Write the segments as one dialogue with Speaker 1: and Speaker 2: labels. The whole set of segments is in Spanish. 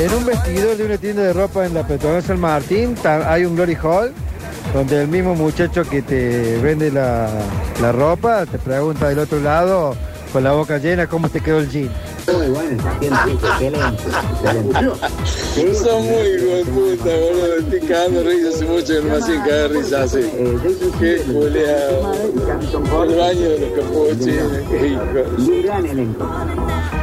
Speaker 1: En un vestidor de una tienda de ropa en la Petronal San Martín ta- hay un Glory Hall donde el mismo muchacho que te vende la, la ropa te pregunta del otro lado con la boca llena cómo te quedó el jean.
Speaker 2: Muy bueno, excelente, excelente, excelente. Sí,
Speaker 3: Son muy hijos de puta, boludo. Estoy cagando risa hace mucho que no me hacen cagar risa así.
Speaker 2: eh, Jason
Speaker 3: Qué
Speaker 2: Sudeikis,
Speaker 3: culeado.
Speaker 2: Harrison Ford,
Speaker 3: El baño de los capuchines, qué hijos.
Speaker 2: Y un gran elenco.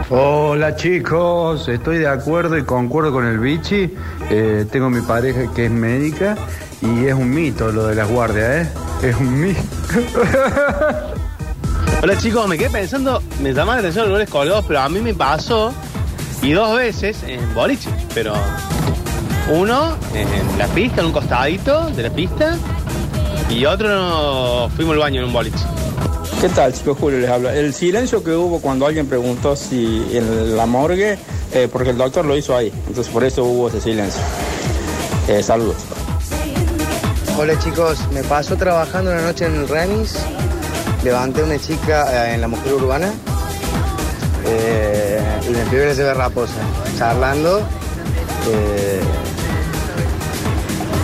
Speaker 4: Hola chicos, estoy de acuerdo y concuerdo con el bichi. Eh, tengo mi pareja que es médica y es un mito lo de las guardias, ¿eh? Es un mito.
Speaker 5: Hola chicos, me quedé pensando, me llama la atención los lugares colgados, pero a mí me pasó y dos veces en boliche, pero uno en la pista, en un costadito de la pista y otro no, fuimos al baño en un boliche.
Speaker 6: ¿Qué tal, chicos? Julio les habla. El silencio que hubo cuando alguien preguntó si en la morgue, eh, porque el doctor lo hizo ahí, entonces por eso hubo ese silencio. Eh, saludos.
Speaker 7: Hola chicos, me pasó trabajando una noche en el Remis, levanté a una chica eh, en la mujer urbana eh, y me pidió que le lleve raposa. Charlando, eh,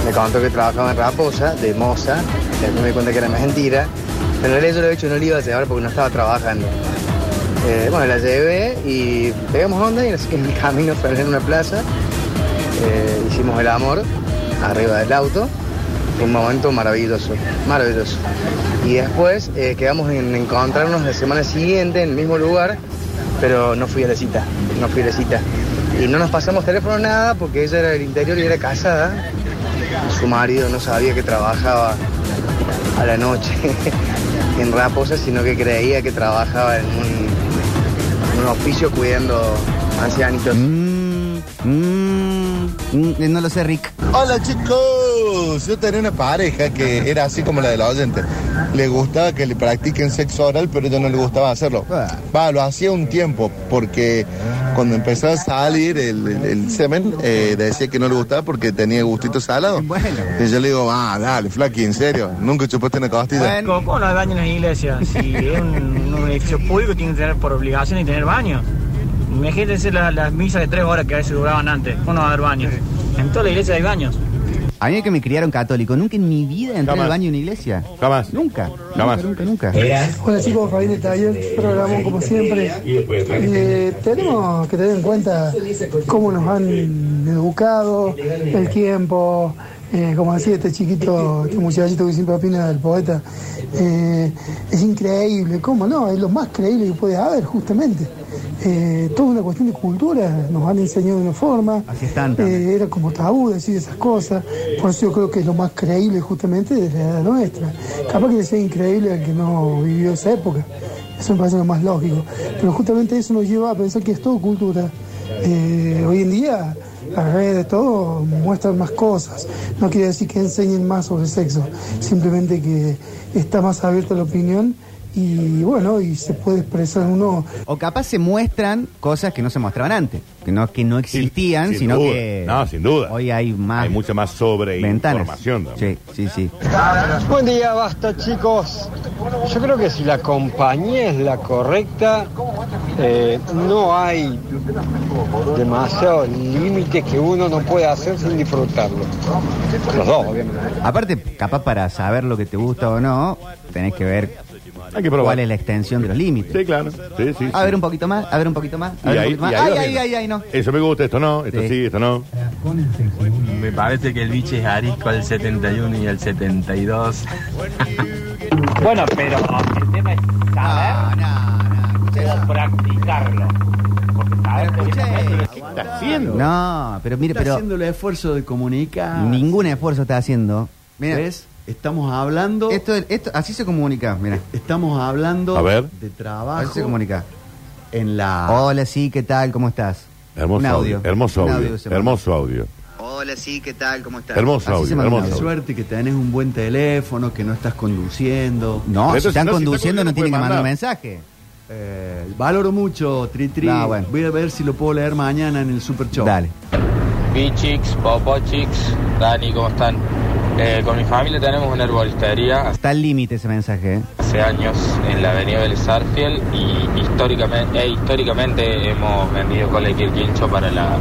Speaker 7: me contó que trabajaba en raposa, de moza, después me di cuenta que era mentira. En realidad yo le había dicho que no le iba a llevar porque no estaba trabajando. Eh, bueno, la llevé y pegamos onda y en el camino frené en una plaza, eh, hicimos el amor arriba del auto. Un momento maravilloso, maravilloso. Y después eh, quedamos en encontrarnos la semana siguiente en el mismo lugar, pero no fui a la cita, no fui a la cita. Y no nos pasamos teléfono nada porque ella era del interior y era casada. Su marido no sabía que trabajaba a la noche en Raposa, sino que creía que trabajaba en un, un oficio cuidando ancianitos.
Speaker 8: Mm, mm, mm, no lo sé, Rick.
Speaker 9: Hola chicos, yo tenía una pareja que era así como la de la oyente. Le gustaba que le practiquen sexo oral, pero yo no le gustaba hacerlo.
Speaker 10: Ah.
Speaker 9: Va, lo hacía un tiempo, porque cuando empezaba a salir el, el- el semen, eh, decía que no le gustaba porque tenía gustito salado.
Speaker 8: Bueno.
Speaker 9: Y yo le digo, ah, dale, flaqui, en serio, nunca chupaste una costilla.
Speaker 8: Bueno,
Speaker 11: ¿Cómo no hay baño en las iglesias? Si es un, un edificio público, tiene que tener por obligación y tener baño. Imagínense la- las misas de tres horas que a veces duraban antes. ¿Cómo no va a haber baños? En toda la iglesia hay baños.
Speaker 8: a mí que me criaron católico, nunca en mi vida entré
Speaker 10: Jamás.
Speaker 8: al baño de una iglesia.
Speaker 10: Jamás.
Speaker 8: Nunca.
Speaker 10: Jamás. Eh,
Speaker 8: Nunca, nunca. nunca.
Speaker 7: Hola chicos, Fabián de Taller, programón como siempre. Eh, tenemos que tener en cuenta cómo nos han educado, el tiempo, eh, como decía este chiquito, este muchachito que siempre opina del poeta. eh, es increíble, ¿cómo no? Es lo más creíble que puede haber, justamente. Eh, toda una cuestión de cultura, nos han enseñado de una forma.
Speaker 8: Así están también.
Speaker 7: Eh, era como tabú decir esas cosas. Por eso yo creo que es lo más creíble justamente de la edad nuestra. Capaz que le sea increíble al que no vivió esa época. Eso me parece lo más lógico. Pero justamente eso nos lleva a pensar que es todo cultura. Eh, hoy en día las redes, todo, muestran más cosas. No quiere decir que enseñen más sobre sexo. Simplemente que está más abierta la opinión y bueno, y se puede expresar uno
Speaker 8: O capaz se muestran cosas que no se mostraban antes, que no, que no existían,
Speaker 10: Sin
Speaker 8: sino
Speaker 10: duda.
Speaker 8: que
Speaker 10: No, sin duda.
Speaker 8: hoy hay más
Speaker 10: Hay mucha más
Speaker 8: ventanas.
Speaker 10: sobreinformación. ¿no?
Speaker 8: Sí, sí, sí.
Speaker 11: Buen día, basta chicos. Yo creo que si la compañía es la correcta, eh, no hay demasiado límite que uno no puede hacer sin disfrutarlo. Los dos, obviamente.
Speaker 8: Aparte, capaz para saber lo que te gusta o no, tenés que ver
Speaker 10: Hay que probar.
Speaker 8: cuál es la extensión de los límites.
Speaker 10: Sí, claro. Sí, sí.
Speaker 8: A
Speaker 10: sí.
Speaker 8: ver un poquito más, a ver un poquito más.
Speaker 10: Y
Speaker 8: A ver
Speaker 10: ahí-
Speaker 8: un poquito más.
Speaker 10: y ahí
Speaker 8: Ay,
Speaker 10: lo
Speaker 8: ay,
Speaker 10: mismo.
Speaker 8: ay, ay, no.
Speaker 10: Eso me gusta, esto no, esto
Speaker 8: Sí.
Speaker 10: sí, esto no.
Speaker 11: Me parece que el biche es arisco al 71 y al 72. bueno, pero el tema es
Speaker 8: No, Ah, no, no. escuché.
Speaker 11: practicarlo.
Speaker 8: Escuché.
Speaker 10: ¿Qué está haciendo?
Speaker 8: No, pero mire,
Speaker 12: Está
Speaker 8: pero
Speaker 12: haciendo el esfuerzo de comunicar.
Speaker 8: ningún esfuerzo está haciendo. Mira,
Speaker 12: ¿Ves? Estamos hablando.
Speaker 8: esto, esto, así se comunica, mira.
Speaker 12: Estamos hablando
Speaker 10: A ver.
Speaker 12: de
Speaker 8: Así se
Speaker 12: trabajo
Speaker 8: comunica.
Speaker 12: en la.
Speaker 8: Hola, sí, ¿qué tal? ¿Cómo estás? Un
Speaker 10: Hermoso audio. Hermoso
Speaker 8: Un
Speaker 10: audio.
Speaker 8: se
Speaker 10: Hermoso audio.
Speaker 7: Hola, sí, ¿qué tal? ¿Cómo estás?
Speaker 10: Hermoso
Speaker 8: Así se
Speaker 10: audio.
Speaker 8: manda un
Speaker 10: Hermoso
Speaker 12: la
Speaker 8: audio.
Speaker 10: audio.
Speaker 12: suerte que tenés un buen teléfono, que no estás conduciendo.
Speaker 8: manda. No,
Speaker 10: Pero
Speaker 8: si
Speaker 10: entonces,
Speaker 8: están
Speaker 10: no, si está
Speaker 8: conduciendo no
Speaker 10: conduciendo,
Speaker 8: tienen que
Speaker 10: puede
Speaker 8: mandar un
Speaker 10: mandar.
Speaker 8: mensaje.
Speaker 12: Eh, valoro mucho, Tri Tri.
Speaker 8: No, bueno.
Speaker 12: Voy a ver si lo puedo leer mañana en el Super Show.
Speaker 8: Dale.
Speaker 5: Bichix, Popochix, Dani, ¿cómo están? Eh, con mi familia tenemos una herbolistería
Speaker 8: Está al límite ese mensaje. ¿eh?
Speaker 5: hace años en la avenida del Sarfiel eh, y históricamente, e históricamente hemos vendido cola y quirquincho para la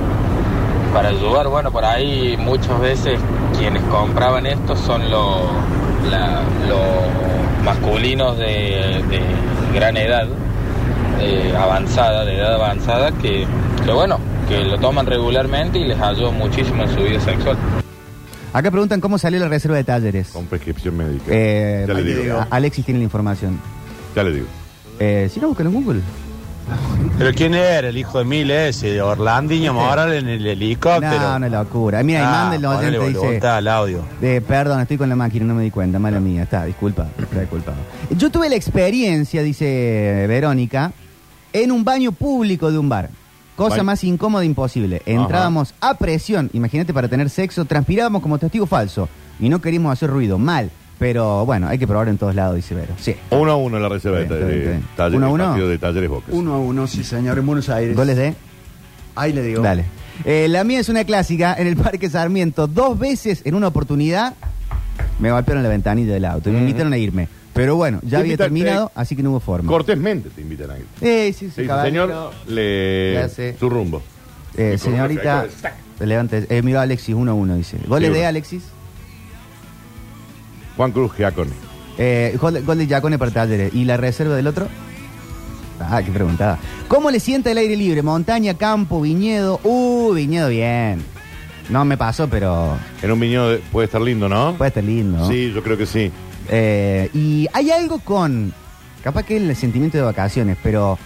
Speaker 13: para ayudar. Bueno, por ahí muchas veces quienes compraban esto son los, la- los masculinos de, de gran edad, eh, avanzada, de edad avanzada, que, que bueno, que lo toman regularmente y les ayuda muchísimo en su vida sexual.
Speaker 8: Acá preguntan cómo salió la reserva de talleres.
Speaker 10: Con prescripción médica.
Speaker 8: Eh,
Speaker 10: ya le digo.
Speaker 8: a- Alexis tiene la información.
Speaker 10: Ya le digo.
Speaker 8: Eh, si no, búscalo en Google.
Speaker 14: ¿Pero quién era? El hijo de Mil ese, de Orlandiño Moral en el helicóptero.
Speaker 8: No, no es locura. Mira,
Speaker 14: Ah,
Speaker 8: Imán del
Speaker 14: ponele
Speaker 8: oyente dice.
Speaker 14: voluntad al audio.
Speaker 8: De, perdón, estoy con la máquina, no me di cuenta, mala mía. Está, disculpa, está disculpado. Yo tuve la experiencia, dice Verónica, en un baño público de un bar. Cosa
Speaker 15: Baño.
Speaker 8: más incómoda imposible. Entrábamos a presión, imagínate, para tener sexo, transpirábamos como testigo falso y no queríamos hacer ruido, mal. Pero bueno, hay que probar en todos lados, dice Vero. Sí.
Speaker 10: Uno a uno en la reserva de,
Speaker 8: Está bien, está bien,
Speaker 10: talleres.
Speaker 8: está bien. Uno a
Speaker 10: el
Speaker 8: uno.
Speaker 10: partido de talleres Boca.
Speaker 12: Uno a uno, sí, señor, en Buenos Aires.
Speaker 8: ¿Goles de?
Speaker 12: Ahí le digo.
Speaker 8: Dale. Eh, la mía es una clásica en el Parque Sarmiento. Dos veces en una oportunidad me golpearon la ventanilla del auto y
Speaker 10: Mm.
Speaker 8: me invitaron a irme. Pero bueno, ya
Speaker 10: Te
Speaker 8: había
Speaker 10: invita-
Speaker 8: terminado, así que no hubo forma.
Speaker 10: Cortésmente te invitan a ir.
Speaker 8: Eh, sí, sí,
Speaker 10: Sí,
Speaker 8: caballero.
Speaker 10: señor, le
Speaker 8: Gracias.
Speaker 10: su rumbo.
Speaker 8: Eh,
Speaker 10: Y con una
Speaker 8: señorita,
Speaker 10: flecha,
Speaker 8: levante. Eh, miró a Alexis 1-1, dice. Goles
Speaker 10: Sí,
Speaker 8: de
Speaker 10: uno.
Speaker 8: Alexis.
Speaker 10: Juan Cruz Giacone.
Speaker 8: Eh, gol, gol de Giacone para Talleres. ¿Y la reserva del otro? Ah, qué preguntada. ¿Cómo le sienta el aire libre? Montaña, campo, viñedo. Uh, viñedo bien. No me pasó, pero
Speaker 10: En un viñedo de- puede estar lindo, ¿no?
Speaker 8: puede estar lindo.
Speaker 10: Sí, yo creo que sí.
Speaker 8: Eh, y hay algo con. Capaz que es el sentimiento de vacaciones, pero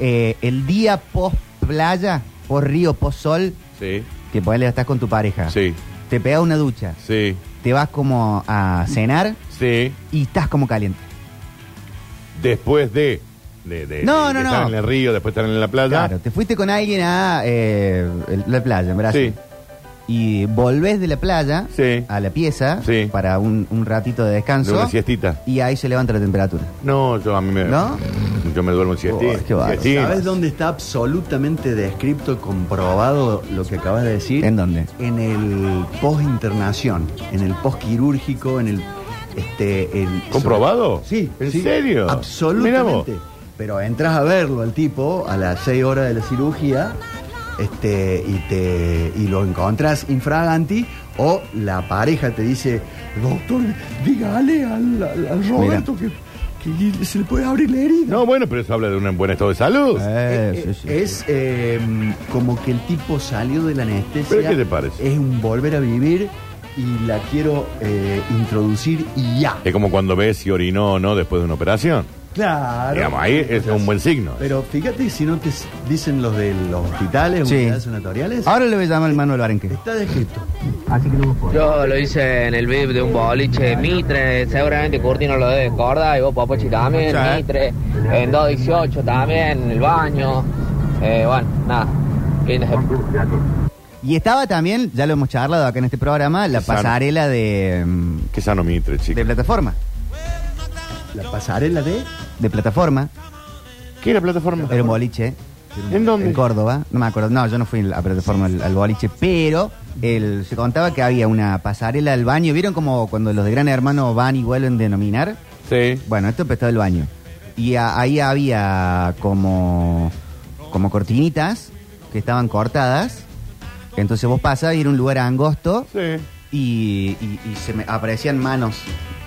Speaker 8: eh, el día post playa, post río, post sol,
Speaker 10: Sí,
Speaker 8: que ponele estás con tu pareja.
Speaker 10: sí,
Speaker 8: Te pegas una ducha,
Speaker 10: sí,
Speaker 8: te vas como a cenar
Speaker 10: sí.
Speaker 8: y estás como caliente.
Speaker 10: Después de. de, de-
Speaker 8: No,
Speaker 10: de-
Speaker 8: no,
Speaker 10: de
Speaker 8: no.
Speaker 10: Estar en el río, después estar en la playa.
Speaker 8: Claro, te fuiste con alguien a eh, el- la playa, en Brasil. Y volvés de la playa a la pieza para un, un ratito de descanso.
Speaker 10: De una siestita.
Speaker 8: Y ahí se levanta la temperatura.
Speaker 10: No, yo a mí me.
Speaker 8: ¿No?
Speaker 10: Yo me duermo en siestín.
Speaker 8: Oh, qué bárbaro.
Speaker 10: siestín.
Speaker 12: ¿Sabes dónde está absolutamente descrito, comprobado lo que acabas de decir?
Speaker 8: ¿En dónde?
Speaker 12: En el post-internación, en el post-quirúrgico, en el... Este, el-
Speaker 10: ¿Comprobado?
Speaker 12: Sí.
Speaker 10: ¿En
Speaker 12: sí,
Speaker 10: serio?
Speaker 12: Absolutamente.
Speaker 10: Mirá vos.
Speaker 12: Pero entras a verlo al tipo a las 6 horas de la cirugía este, y, te, y lo encontrás infraganti o la pareja te dice, doctor, dígale al, al- al Roberto que, que se le puede abrir la herida.
Speaker 10: No, bueno, pero eso habla de un buen estado de salud.
Speaker 12: Eh, es eh, como que el tipo salió de la anestesia.
Speaker 10: ¿Pero qué te parece?
Speaker 12: Es un volver a vivir y la quiero eh, introducir y ya.
Speaker 10: Es como cuando ves si orinó o no después de una operación.
Speaker 12: Claro.
Speaker 10: Digamos, ahí es un buen signo. ¿eh?
Speaker 12: Pero fíjate si no te s- dicen los de los hospitales,
Speaker 8: Sí. Ah,
Speaker 12: unidades sanatoriales.
Speaker 8: Ahora le voy a llamar el Manuel Barenque.
Speaker 12: Está descrito.
Speaker 16: Yo lo hice en el VIP de un boliche Mitre, seguramente Curti no lo debe recordar, y vos Papochi también,
Speaker 17: Sí.
Speaker 16: Mitre, en 218 también, en el baño, eh, bueno, nada, fin de semana.
Speaker 8: Y estaba también, ya lo hemos charlado acá en este programa, la
Speaker 10: Qué sano.
Speaker 8: pasarela de. mm,
Speaker 10: Qué sano Mitre, chico.
Speaker 8: De plataforma.
Speaker 12: ¿La pasarela de?
Speaker 8: De plataforma.
Speaker 10: ¿Qué era plataforma?
Speaker 8: Era un boliche.
Speaker 10: ¿En dónde?
Speaker 8: En Córdoba. No me acuerdo. No, yo no fui a plataforma al, al boliche, pero el- se contaba que había una pasarela al baño. ¿Vieron como cuando los de Gran Hermano van y vuelven a denominar?
Speaker 10: Sí.
Speaker 8: Bueno, esto empezó el baño. Y a- ahí había como, como cortinitas que estaban cortadas. Entonces vos pasabas y era un lugar angosto.
Speaker 10: Sí.
Speaker 8: Y, y- y se me aparecían manos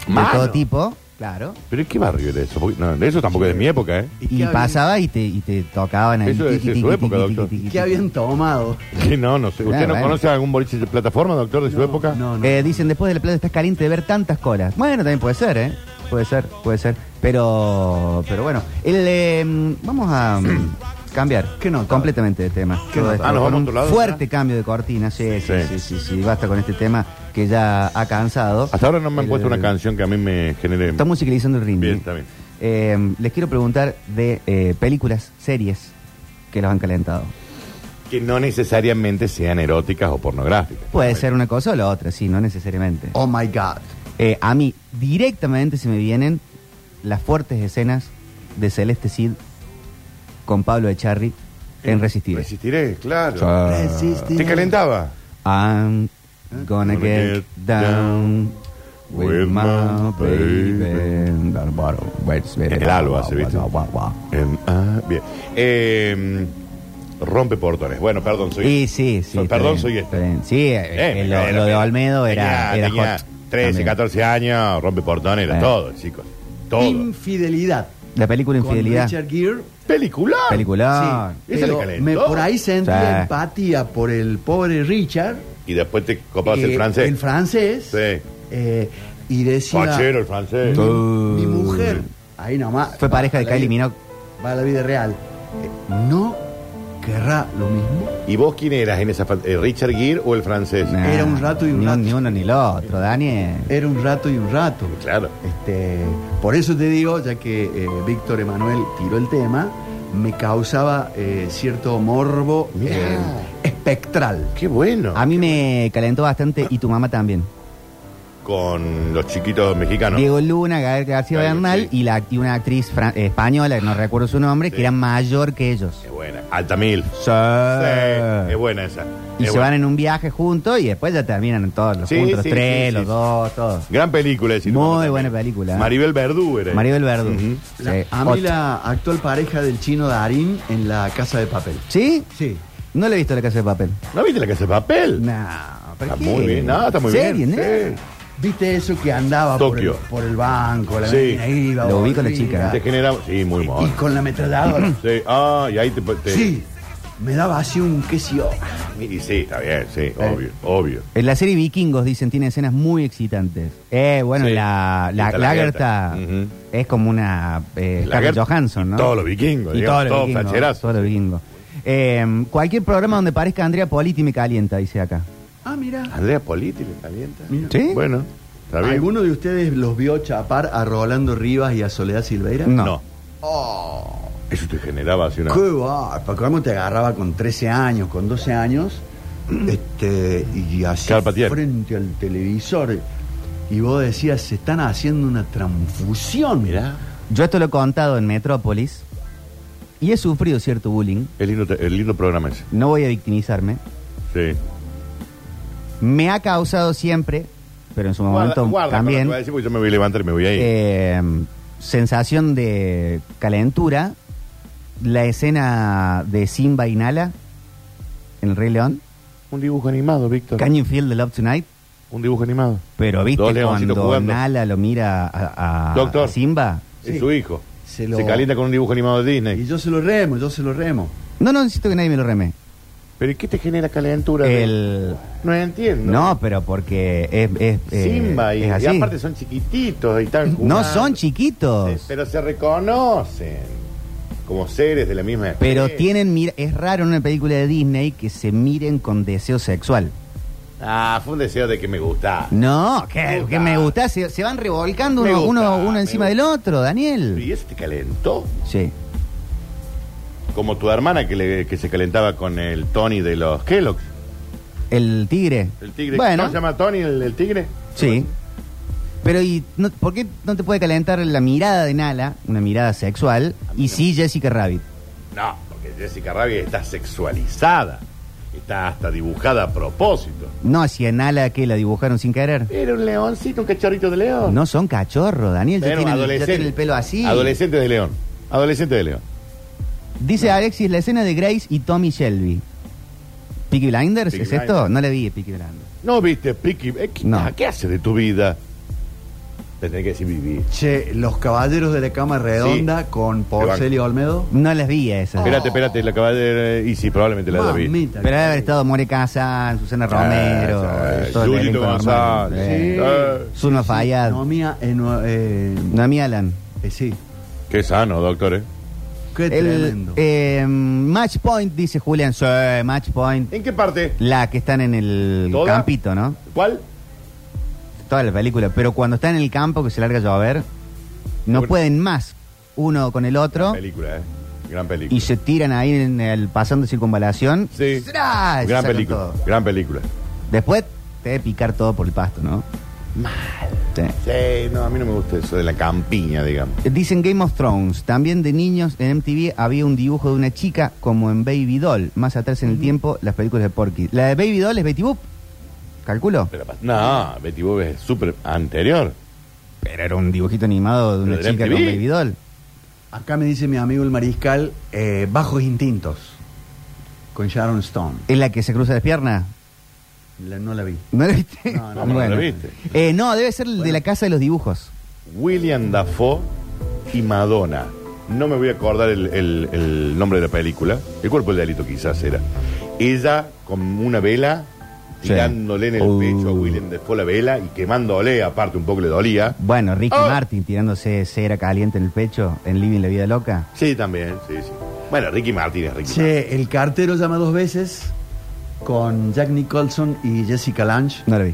Speaker 10: ¿Manos?
Speaker 8: de todo tipo. Claro.
Speaker 10: ¿Pero qué barrio era eso? Porque- no, eso tampoco es de mi época, ¿eh?
Speaker 8: Y pasaba y te, y te tocaban ahí.
Speaker 10: Eso es
Speaker 8: tiqui,
Speaker 10: de
Speaker 8: tiqui,
Speaker 10: su época,
Speaker 8: tiqui, tiqui,
Speaker 10: doctor.
Speaker 8: tiqui,
Speaker 12: ¿Qué habían tomado?
Speaker 10: Sí, no, no sé. ¿Usted
Speaker 8: Ah,
Speaker 10: no
Speaker 8: bueno.
Speaker 10: conoce algún boliche de plataforma, doctor, de su época?
Speaker 12: No,
Speaker 8: Eh, dicen después de la plata estás caliente de ver tantas colas. Bueno, también puede ser, ¿eh? Puede ser, puede ser. Pero, pero bueno, el, eh, mm, vamos a mm, cambiar completamente de tema.
Speaker 10: ¿Qué
Speaker 8: Todo
Speaker 10: nota?
Speaker 8: esto
Speaker 10: Ah,
Speaker 8: con
Speaker 10: ¿nos vamos a
Speaker 8: un
Speaker 10: otro lado,
Speaker 8: fuerte cambio de cortina, sí sí, sí, sí, sí. Basta con este tema que ya ha cansado.
Speaker 10: Hasta ahora no me han
Speaker 8: El-
Speaker 10: puesto una canción que a mí me genere...
Speaker 8: Está musicalizando el ritmo.
Speaker 10: Bien, está bien.
Speaker 8: Eh, les quiero preguntar de eh, películas, series que los han calentado.
Speaker 10: Que no necesariamente sean eróticas o pornográficas.
Speaker 8: Puede ser una cosa o la otra, sí, no necesariamente.
Speaker 12: Oh my God.
Speaker 8: a mí directamente se me vienen las fuertes escenas de Celeste Cid con Pablo Echarri en Resistir.
Speaker 10: Resistiré, claro.
Speaker 8: Ah. Resistiré.
Speaker 10: ¿Te calentaba?
Speaker 8: I'm gonna get down with my baby.
Speaker 10: En el alba, ¿se viste? En- ah, bien. Eh, rompe portones. Bueno, perdón, soy.
Speaker 8: Sí, sí, sí.
Speaker 10: soy-
Speaker 8: está
Speaker 10: perdón,
Speaker 8: bien,
Speaker 10: soy este.
Speaker 8: está bien. Sí, eh, eh, lo, lo de Olmedo era, era hot.
Speaker 10: 13,
Speaker 8: También.
Speaker 10: 14 años, rompe portones, era
Speaker 8: Eh.
Speaker 10: todo, chicos. Todo.
Speaker 12: Infidelidad.
Speaker 8: La película
Speaker 12: Con
Speaker 8: Infidelidad.
Speaker 12: Richard Gere.
Speaker 10: Película.
Speaker 8: Peliculón.
Speaker 12: Sí, pero me- por ahí sentí
Speaker 10: Sí.
Speaker 12: empatía por el pobre Richard.
Speaker 10: Y después te copas el
Speaker 12: eh,
Speaker 10: francés.
Speaker 12: El francés.
Speaker 10: Sí.
Speaker 12: eh, y decía.
Speaker 10: Fachero el francés.
Speaker 12: Mi, mi mujer. Ahí nomás.
Speaker 8: Fue pareja de
Speaker 12: Va a la
Speaker 8: Kylie
Speaker 12: vida-
Speaker 8: Minogue.
Speaker 12: Va a la vida real. Eh, no querrá lo mismo.
Speaker 10: ¿Y vos quién eras en esa fan- eh, ¿Richard Gere o el francés?
Speaker 12: Era un rato y un
Speaker 8: Ni,
Speaker 12: rato.
Speaker 8: un- ni uno ni el otro, Daniel.
Speaker 12: Era un rato y un rato.
Speaker 10: Claro.
Speaker 12: Este, por eso te digo, ya que eh, Víctor Emanuel tiró el tema, me causaba eh, cierto morbo eh, espectral.
Speaker 10: Qué bueno.
Speaker 8: A mí me calentó bastante y tu mamá también.
Speaker 10: Con los chiquitos mexicanos.
Speaker 8: Diego Luna, Gael García Bernal y, la, y una actriz fran- eh, española, que no recuerdo su nombre, que era mayor que ellos.
Speaker 10: Es buena. Altamil.
Speaker 8: Sí.
Speaker 12: Ah.
Speaker 10: Sí, Es buena esa.
Speaker 8: Y
Speaker 10: Es
Speaker 8: se
Speaker 10: buena.
Speaker 8: van en un viaje juntos y después ya terminan todos los
Speaker 10: Sí,
Speaker 8: juntos, los
Speaker 10: sí,
Speaker 8: tres,
Speaker 10: sí,
Speaker 8: los
Speaker 10: sí.
Speaker 8: dos, todos.
Speaker 10: Gran película, es decir,
Speaker 8: Muy buena película.
Speaker 10: Maribel Verdú era.
Speaker 8: Maribel Verdú.
Speaker 10: Ujú.
Speaker 8: Sí.
Speaker 12: La- a
Speaker 8: Ot-
Speaker 12: mí la actual pareja del chino Darín en la Casa de Papel.
Speaker 8: ¿Sí?
Speaker 12: Sí.
Speaker 8: No le he visto la casa de papel.
Speaker 10: ¿No viste la casa de papel?
Speaker 8: No, pero
Speaker 10: Está
Speaker 8: qué?
Speaker 10: muy bien, no, está muy
Speaker 8: Serie,
Speaker 10: bien.
Speaker 8: ¿no?
Speaker 12: ¿Viste eso que andaba por el,
Speaker 10: Tokio.
Speaker 12: por el banco? La
Speaker 10: Sí.
Speaker 12: mina iba,
Speaker 8: Lo vi con la
Speaker 12: volvía,
Speaker 8: chica.
Speaker 10: Te genera. Sí, muy
Speaker 12: Y
Speaker 10: mono.
Speaker 12: con la ametralladora.
Speaker 10: Sí, ah, y ahí te. te-
Speaker 12: sí, me daba así un qué sé yo.
Speaker 10: Y sí, está bien,
Speaker 12: Eh.
Speaker 10: sí, obvio, obvio.
Speaker 8: En la serie Vikingos, dicen, tiene escenas muy excitantes. Eh, bueno,
Speaker 10: Sí.
Speaker 8: la, la
Speaker 10: Está la
Speaker 8: Lagertha
Speaker 10: Ujú.
Speaker 8: es como una eh, Scarlett
Speaker 10: Lagertha
Speaker 8: Johansson, ¿no?
Speaker 10: y todos los vikingos,
Speaker 8: Y
Speaker 10: digamos,
Speaker 8: todos los
Speaker 10: todos
Speaker 8: vikingos.
Speaker 10: facherazos,
Speaker 8: todos los vikingos. Eh, cualquier programa donde parezca Andrea Politi me calienta, dice acá.
Speaker 12: Ah, mira.
Speaker 10: Andrea Politi le calienta.
Speaker 8: ¿Sí?
Speaker 10: Bueno, está bien.
Speaker 12: ¿Alguno de ustedes los vio chapar a Rolando Rivas y a Soledad Silveira?
Speaker 8: No. Oh.
Speaker 10: Eso te generaba así una.
Speaker 12: Qué va, porque cómo te agarraba con 13 años, con 12 años, este, y así
Speaker 10: Carpatier.
Speaker 12: frente al televisor. Y vos decías, se están haciendo una transfusión.
Speaker 10: Mirá.
Speaker 8: Yo esto lo he contado en Metrópolis y he sufrido cierto bullying.
Speaker 10: El lindo, te- el lindo programa ese.
Speaker 8: No voy a victimizarme.
Speaker 10: Sí.
Speaker 8: Me ha causado siempre, pero en su momento
Speaker 10: con lo que
Speaker 8: también,
Speaker 10: voy a decir, porque yo me voy a levantar y me voy a ir.
Speaker 8: eh, sensación de calentura. La escena de Simba y Nala en El Rey León.
Speaker 10: Un dibujo animado, Víctor.
Speaker 8: Can you feel the love tonight?
Speaker 10: Un dibujo animado.
Speaker 8: Pero viste
Speaker 10: Dos leoncitos
Speaker 8: cuando
Speaker 10: jugando.
Speaker 8: Nala lo mira a, a-
Speaker 10: Doctor.
Speaker 8: a Simba.
Speaker 10: Es
Speaker 12: Sí.
Speaker 10: su hijo.
Speaker 12: Se
Speaker 10: Se,
Speaker 12: lo-
Speaker 10: calienta con un dibujo animado de Disney.
Speaker 12: Y yo se lo remo, yo se lo remo.
Speaker 8: No, no necesito que nadie me lo reme.
Speaker 10: ¿Pero y qué te genera calentura?
Speaker 8: El...
Speaker 10: No entiendo.
Speaker 8: No, pero porque es... es, eh,
Speaker 10: Simba y,
Speaker 8: es así.
Speaker 10: y aparte son chiquititos y están jugando.
Speaker 8: No son chiquitos.
Speaker 10: Sí, Pero se reconocen como seres de la misma especie.
Speaker 8: Pero tienen... mira- Es raro en una película de Disney que se miren con deseo sexual.
Speaker 10: Ah, fue un deseo de que me gusta.
Speaker 8: No,
Speaker 10: Me
Speaker 8: que,
Speaker 10: gusta.
Speaker 8: que me gusta. Se, se van revolcando
Speaker 10: Me
Speaker 8: uno,
Speaker 10: gusta,
Speaker 8: uno, uno
Speaker 10: me
Speaker 8: encima del
Speaker 10: gusta.
Speaker 8: otro,
Speaker 10: Y
Speaker 8: Daniel.
Speaker 10: eso te calentó.
Speaker 8: Sí.
Speaker 10: Como tu hermana que, le- que se calentaba con el Tony de los Kellogg.
Speaker 8: El tigre.
Speaker 10: El tigre.
Speaker 8: Bueno.
Speaker 10: ¿No se llama Tony el, el tigre?
Speaker 8: Sí. Pero ¿y no- por qué no te puede calentar la mirada de Nala, una mirada sexual, y sí Jessica Rabbit?
Speaker 10: No, porque Jessica Rabbit está sexualizada. Está hasta dibujada a propósito.
Speaker 8: No, si a Nala que la dibujaron sin querer.
Speaker 10: Era un leoncito, un cachorrito de león.
Speaker 8: No son cachorros, Daniel. Ya
Speaker 10: Bueno,
Speaker 8: tienen, ya
Speaker 10: adolescente.
Speaker 8: tienen el pelo así.
Speaker 10: Adolescente de león. Adolescente de león.
Speaker 8: Dice Alexis, la escena de Grace y Tommy Shelby. ¿Peaky Blinders?
Speaker 10: Peaky
Speaker 8: ¿Es esto?
Speaker 10: Blinders.
Speaker 8: No le vi Peaky Blinders.
Speaker 10: No viste, Piqui. eh, ¿qué-
Speaker 8: No.
Speaker 10: ¿Qué hace de tu vida? Te tenés que decir vivir.
Speaker 12: Che, los caballeros de la cama redonda con Porcel y Olmedo.
Speaker 8: No las vi a esas.
Speaker 10: Espérate, espérate, la acabas de. eh, Y sí, probablemente la vi.
Speaker 12: Mamita,
Speaker 8: Pero debe haber estado More Casas, Susana Romero, todo el
Speaker 10: Julito
Speaker 8: elenco normal.
Speaker 10: González.
Speaker 8: Eh,
Speaker 10: Eh,
Speaker 8: Zulma Fayad,
Speaker 12: No, mía, eh, no, eh,
Speaker 8: Noemí Alan.
Speaker 12: eh, sí.
Speaker 10: Qué sano, doctor, ¿eh?
Speaker 12: Qué
Speaker 8: El,
Speaker 12: tremendo.
Speaker 8: eh, match Point, dice Julian. Sí, match Point.
Speaker 10: ¿En qué parte?
Speaker 8: La que están en el
Speaker 10: ¿Toda?
Speaker 8: campito, ¿no?
Speaker 10: ¿Cuál?
Speaker 8: Toda la película. Pero cuando están en el campo, que se larga a llover, no
Speaker 10: Bueno.
Speaker 8: pueden más uno con el otro.
Speaker 10: Película, ¿eh? Gran película.
Speaker 8: Y se tiran ahí en el pasando circunvalación.
Speaker 10: Sí.
Speaker 8: ¡Zra! Y
Speaker 10: Gran
Speaker 8: sacan
Speaker 10: película.
Speaker 8: todo.
Speaker 10: Gran película.
Speaker 8: Después te debe picar todo por el pasto, ¿no? Mal.
Speaker 10: Sí, no, a mí no me gusta eso de la campiña, digamos.
Speaker 8: Dicen Game of Thrones. También de niños en MTV había un dibujo de una chica como en Baby Doll. Más atrás en el tiempo, las películas de Porky. La de Baby Doll es Betty Boop. Calculo.
Speaker 10: Pero pa- no, Betty Bob es súper anterior.
Speaker 8: Pero era un dibujito animado de una
Speaker 10: Pero de
Speaker 8: chica
Speaker 10: MTV.
Speaker 8: con Baby Doll.
Speaker 12: Acá me dice mi amigo el mariscal, eh, bajos instintos. con Sharon Stone.
Speaker 8: ¿Es la que se cruza las piernas?
Speaker 12: La- no la vi.
Speaker 8: ¿No la viste?
Speaker 12: No, no,
Speaker 10: no la
Speaker 8: Bueno.
Speaker 10: viste.
Speaker 8: Eh, no, debe ser el de la casa de los dibujos.
Speaker 10: William Dafoe y Madonna. No me voy a acordar el, el- el nombre de la película. El cuerpo del delito quizás era. Ella con una vela
Speaker 8: Sí. Uh.
Speaker 10: tirándole en el pecho a William Dafoe la vela y quemándole, aparte un poco le dolía.
Speaker 8: Bueno, Ricky Martin tirándose cera caliente en el pecho en Living la Vida Loca.
Speaker 10: Sí, también, sí, sí. Bueno, Ricky Martin es Ricky.
Speaker 12: Che, el cartero llama dos veces con Jack Nicholson y Jessica Lange.
Speaker 8: No la vi.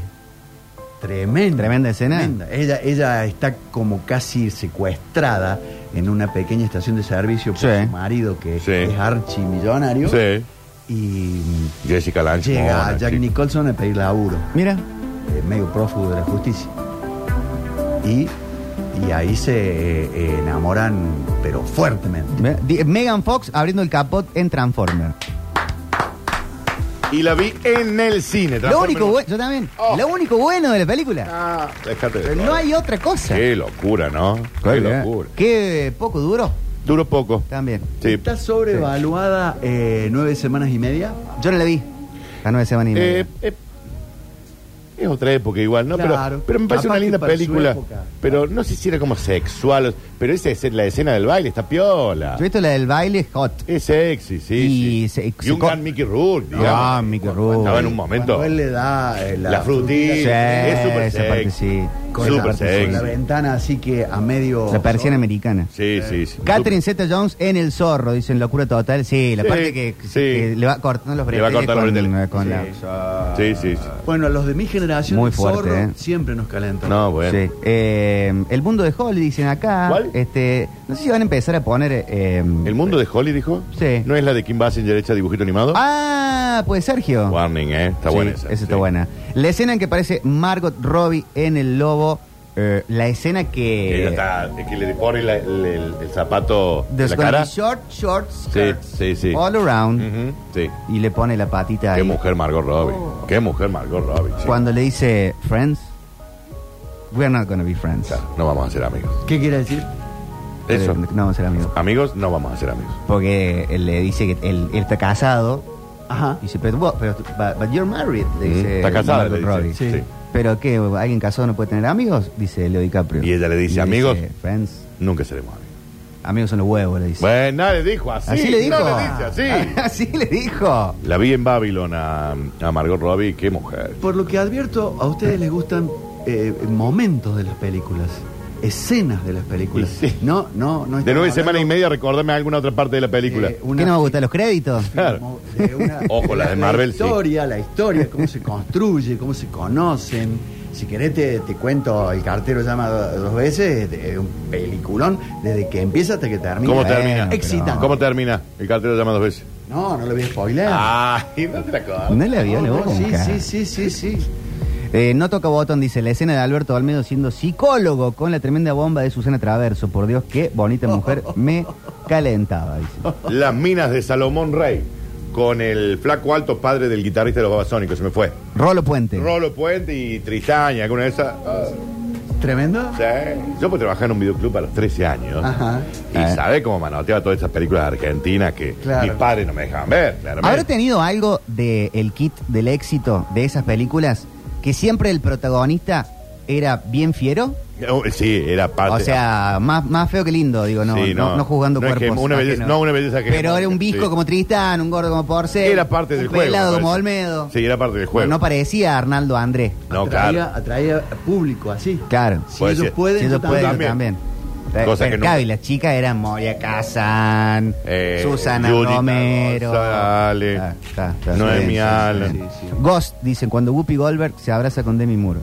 Speaker 12: Tremenda.
Speaker 8: Tremenda escena.
Speaker 12: Tremenda. Ella, ella está como casi secuestrada en una pequeña estación de servicio por
Speaker 10: Sí.
Speaker 12: su marido que es archimillonario.
Speaker 10: Sí.
Speaker 12: Y
Speaker 10: Jessica Lange.
Speaker 12: llega
Speaker 10: mona,
Speaker 12: Jack
Speaker 10: chico.
Speaker 12: Nicholson a pedir laburo.
Speaker 8: Mira.
Speaker 12: eh, medio prófugo de la justicia. Y, y ahí se eh, eh, enamoran, pero fuertemente.
Speaker 8: Ve- di- Megan Fox abriendo el capot en Transformer.
Speaker 10: Y la vi en el cine.
Speaker 8: Lo único bueno, yo también. Lo único bueno de la película.
Speaker 10: Déjate de
Speaker 8: Pero no
Speaker 10: joder.
Speaker 8: hay ¿eh? otra cosa.
Speaker 10: Qué locura, ¿no? Qué locura.
Speaker 8: Qué poco duró.
Speaker 10: Duró poco.
Speaker 8: También.
Speaker 10: Sí.
Speaker 12: Está sobrevaluada eh, nueve semanas y media.
Speaker 8: Yo no la vi. A nueve semanas y media.
Speaker 10: Eh, eh, es otra época igual, ¿no? Pero-
Speaker 8: Claro.
Speaker 10: pero, me parece
Speaker 8: Capaz
Speaker 10: una
Speaker 8: que
Speaker 10: linda
Speaker 8: para su
Speaker 10: película.
Speaker 8: época.
Speaker 10: Pero no sé si era como sexual, pero esa es la escena del baile, está piola.
Speaker 8: Yo he visto la del baile hot.
Speaker 10: Es sexy, sí.
Speaker 8: Y se-
Speaker 10: Y un
Speaker 8: se co-
Speaker 10: gran Mickey Rourke, digamos.
Speaker 8: Ah, Mickey Rourke.
Speaker 10: Estaba en un momento.
Speaker 12: Cuando él le da eh,
Speaker 10: La frutilla.
Speaker 8: Sí,
Speaker 10: es súper
Speaker 8: esa
Speaker 10: sexy.
Speaker 8: parte sí.
Speaker 12: con
Speaker 10: Súper
Speaker 12: la- con la,
Speaker 10: sexy.
Speaker 12: ventana así que a medio.
Speaker 8: La persiana americana.
Speaker 10: Sí, sí, sí.
Speaker 8: Catherine Zeta Jones en El Zorro, dicen locura total. Sí, la
Speaker 10: Sí,
Speaker 8: parte que, que-
Speaker 10: sí.
Speaker 8: que le va cortando los
Speaker 10: Le va a
Speaker 8: breteles.
Speaker 10: cortar los breteles.
Speaker 8: con,
Speaker 10: Sí.
Speaker 8: con la-
Speaker 10: Sí, sí, sí.
Speaker 12: Bueno, a los de mi generación,
Speaker 8: Muy
Speaker 12: el
Speaker 8: fuerte,
Speaker 12: zorro
Speaker 8: eh.
Speaker 12: siempre nos calentó.
Speaker 10: No, bueno.
Speaker 8: Sí. Eh, el mundo de Holly, dicen acá.
Speaker 10: ¿Cuál?
Speaker 8: Este, no sé si van a empezar a poner. eh,
Speaker 10: ¿El mundo de Holly dijo?
Speaker 8: Sí.
Speaker 10: ¿No es la de Kim Basinger hecha dibujito animado?
Speaker 8: Ah, pues Sergio.
Speaker 10: Warning, ¿eh? Está
Speaker 8: Sí,
Speaker 10: buena esa.
Speaker 8: está
Speaker 10: sí.
Speaker 8: buena. La escena en que aparece Margot Robbie en El Lobo. eh, la escena que.
Speaker 10: Ella está, que le pone la- el, el- el zapato de la
Speaker 8: Descon-
Speaker 10: cara.
Speaker 8: Short, short,
Speaker 10: Sí,
Speaker 8: skirts.
Speaker 10: sí, sí.
Speaker 8: All around.
Speaker 10: Ujú, sí.
Speaker 8: Y le pone la patita ahí.
Speaker 10: Qué
Speaker 8: Oh.
Speaker 10: mujer Margot Robbie. Qué mujer Margot Robbie. sí.
Speaker 8: Cuando le dice friends, we're not gonna be friends.
Speaker 10: No vamos a ser amigos.
Speaker 12: ¿Qué quiere decir?
Speaker 10: Eso.
Speaker 8: Eh, No vamos a ser amigos.
Speaker 10: Amigos, no vamos a ser amigos.
Speaker 8: Porque él le dice que él, él está casado.
Speaker 12: Ajá.
Speaker 8: Y dice, pero, vos- pero- but, but you're married. le
Speaker 10: Mm,
Speaker 8: dice
Speaker 10: está casada,
Speaker 8: Margot
Speaker 10: le dice,
Speaker 8: Robbie.
Speaker 10: sí. Sí.
Speaker 8: Pero qué, alguien casado no puede tener amigos, dice Leo DiCaprio.
Speaker 10: Y ella le dice,
Speaker 8: Y
Speaker 10: amigos,
Speaker 8: friends,
Speaker 10: nunca seremos amigos.
Speaker 8: amigos son los huevos, le dice.
Speaker 10: Bueno, le dijo así.
Speaker 8: así le dijo. Ah.
Speaker 10: No le dice así.
Speaker 8: así le dijo.
Speaker 10: La vi en Babylon a, a Margot Robbie. Qué mujer.
Speaker 12: Por lo que advierto, a ustedes les gustan eh, momentos de las películas, escenas de las películas. No, no, no.
Speaker 10: De nueve
Speaker 12: estamos
Speaker 10: semanas y media, recordame alguna otra parte de la película.
Speaker 12: Eh,
Speaker 8: ¿Qué nos va a gustar los créditos?
Speaker 10: Claro.
Speaker 12: de una-
Speaker 10: Ojo, las de Marvel,
Speaker 12: La
Speaker 10: sí.
Speaker 12: historia, la historia, cómo se construye, cómo se conocen. Si querés, te, te cuento, el cartero llama do- dos veces, es un peliculón, desde que empieza hasta que termina.
Speaker 10: ¿Cómo
Speaker 12: Bueno,
Speaker 8: eh,
Speaker 10: termina?
Speaker 12: Excitante.
Speaker 10: ¿Cómo termina? El cartero llama dos veces.
Speaker 12: No, no lo voy a
Speaker 8: Eh.
Speaker 12: spoiler.
Speaker 10: Ay, no te la acordás.
Speaker 8: No la vio,
Speaker 12: No,
Speaker 8: le voy a
Speaker 12: no, sí,
Speaker 8: buscar.
Speaker 12: sí, sí, sí, sí.
Speaker 8: Eh, no toca botón, dice la escena de Alberto Almedo siendo psicólogo con la tremenda bomba de Susana Traverso. Por Dios, qué bonita mujer me calentaba. Dice.
Speaker 10: Las minas de Salomón Rey. Con el flaco alto padre del guitarrista de los babasónicos. Se me fue.
Speaker 8: Rolo Puente.
Speaker 10: Rolo Puente y Tristaña, alguna de esas. Ah,
Speaker 12: ¿Tremendo?
Speaker 10: sí. Yo pues trabajé en un videoclub a los 13 años.
Speaker 12: Ajá.
Speaker 10: Y
Speaker 8: Eh.
Speaker 10: sabe cómo manoteaba todas estas películas argentinas que
Speaker 12: Claro.
Speaker 10: mis padres no me dejaban ver, claramente.
Speaker 8: ¿Habrá tenido algo del kit del éxito de esas películas que siempre el protagonista era bien fiero?
Speaker 10: Oh, Sí, era parte.
Speaker 8: O sea, más, más feo que lindo, digo, no,
Speaker 10: Sí,
Speaker 8: no,
Speaker 10: no.
Speaker 8: no juzgando
Speaker 10: No es
Speaker 8: cuerpos.
Speaker 10: que una belleza-
Speaker 8: ajenos.
Speaker 10: no, una belleza que-
Speaker 8: Pero era un visco
Speaker 10: sí.
Speaker 8: como Tristán, un gordo como Porcel.
Speaker 10: era parte del
Speaker 8: un
Speaker 10: juego.
Speaker 8: pelado
Speaker 10: me
Speaker 8: como
Speaker 10: parece.
Speaker 8: Olmedo. Pues
Speaker 10: Sí, era parte del juego.
Speaker 8: No parecía Arnaldo Andrés.
Speaker 10: No, claro.
Speaker 12: Atraía, atraía público así.
Speaker 8: Claro.
Speaker 12: Si
Speaker 10: Puede
Speaker 12: ellos
Speaker 10: ser.
Speaker 12: pueden,
Speaker 8: Sí,
Speaker 12: yo
Speaker 8: yo puedo
Speaker 12: también.
Speaker 8: también.
Speaker 10: Cosa
Speaker 8: Pero,
Speaker 10: que no-
Speaker 8: claro, y las chicas eran Moria Kazan,
Speaker 10: Eh,
Speaker 8: Susana
Speaker 10: Yurita
Speaker 8: Romero.
Speaker 10: González,
Speaker 8: Ah, está, está,
Speaker 10: Noemi
Speaker 8: sí, sí,
Speaker 10: Allen.
Speaker 8: sí, sí. Ghost, dicen, cuando Whoopi Goldberg se abraza con Demi Moore.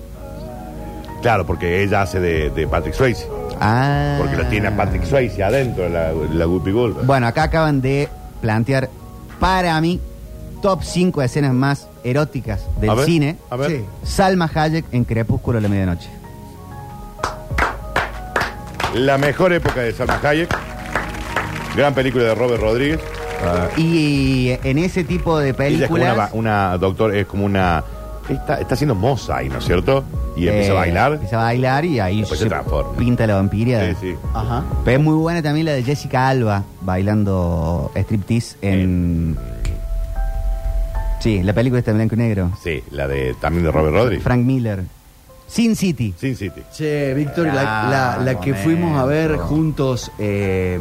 Speaker 10: Claro, porque ella hace de, de Patrick Swayze.
Speaker 8: Ah.
Speaker 10: Porque lo tiene a Patrick Swayze adentro, la, la Whoopi Goldberg.
Speaker 8: Bueno, acá acaban de plantear, para mí, top 5 escenas más eróticas del
Speaker 10: A ver,
Speaker 8: cine.
Speaker 10: a ver.
Speaker 8: Sí. Salma Hayek en Crepúsculo a la medianoche.
Speaker 10: La mejor época de Salma Hayek. Gran película de Robert Rodríguez.
Speaker 8: Ah. Y eh, en ese tipo de
Speaker 10: Ella es como una,
Speaker 8: películas...
Speaker 10: va- una doctora, es como una. Está, está siendo moza ahí, ¿no es cierto? Y empieza
Speaker 8: eh,
Speaker 10: a bailar.
Speaker 8: Empieza a bailar y ahí
Speaker 10: Después se transforma.
Speaker 8: pinta la vampiria.
Speaker 10: Sí, sí.
Speaker 12: Ajá.
Speaker 8: Pero es muy buena también la de Jessica Alba bailando striptease en Sí, la película está en blanco y negro.
Speaker 10: Sí, la de también de Robert Rodríguez.
Speaker 8: Frank Miller. Sin City.
Speaker 10: Sin City.
Speaker 12: Che, Víctor, la, la- la que
Speaker 8: Ah,
Speaker 12: fuimos a ver
Speaker 8: momento.
Speaker 12: juntos. Eh,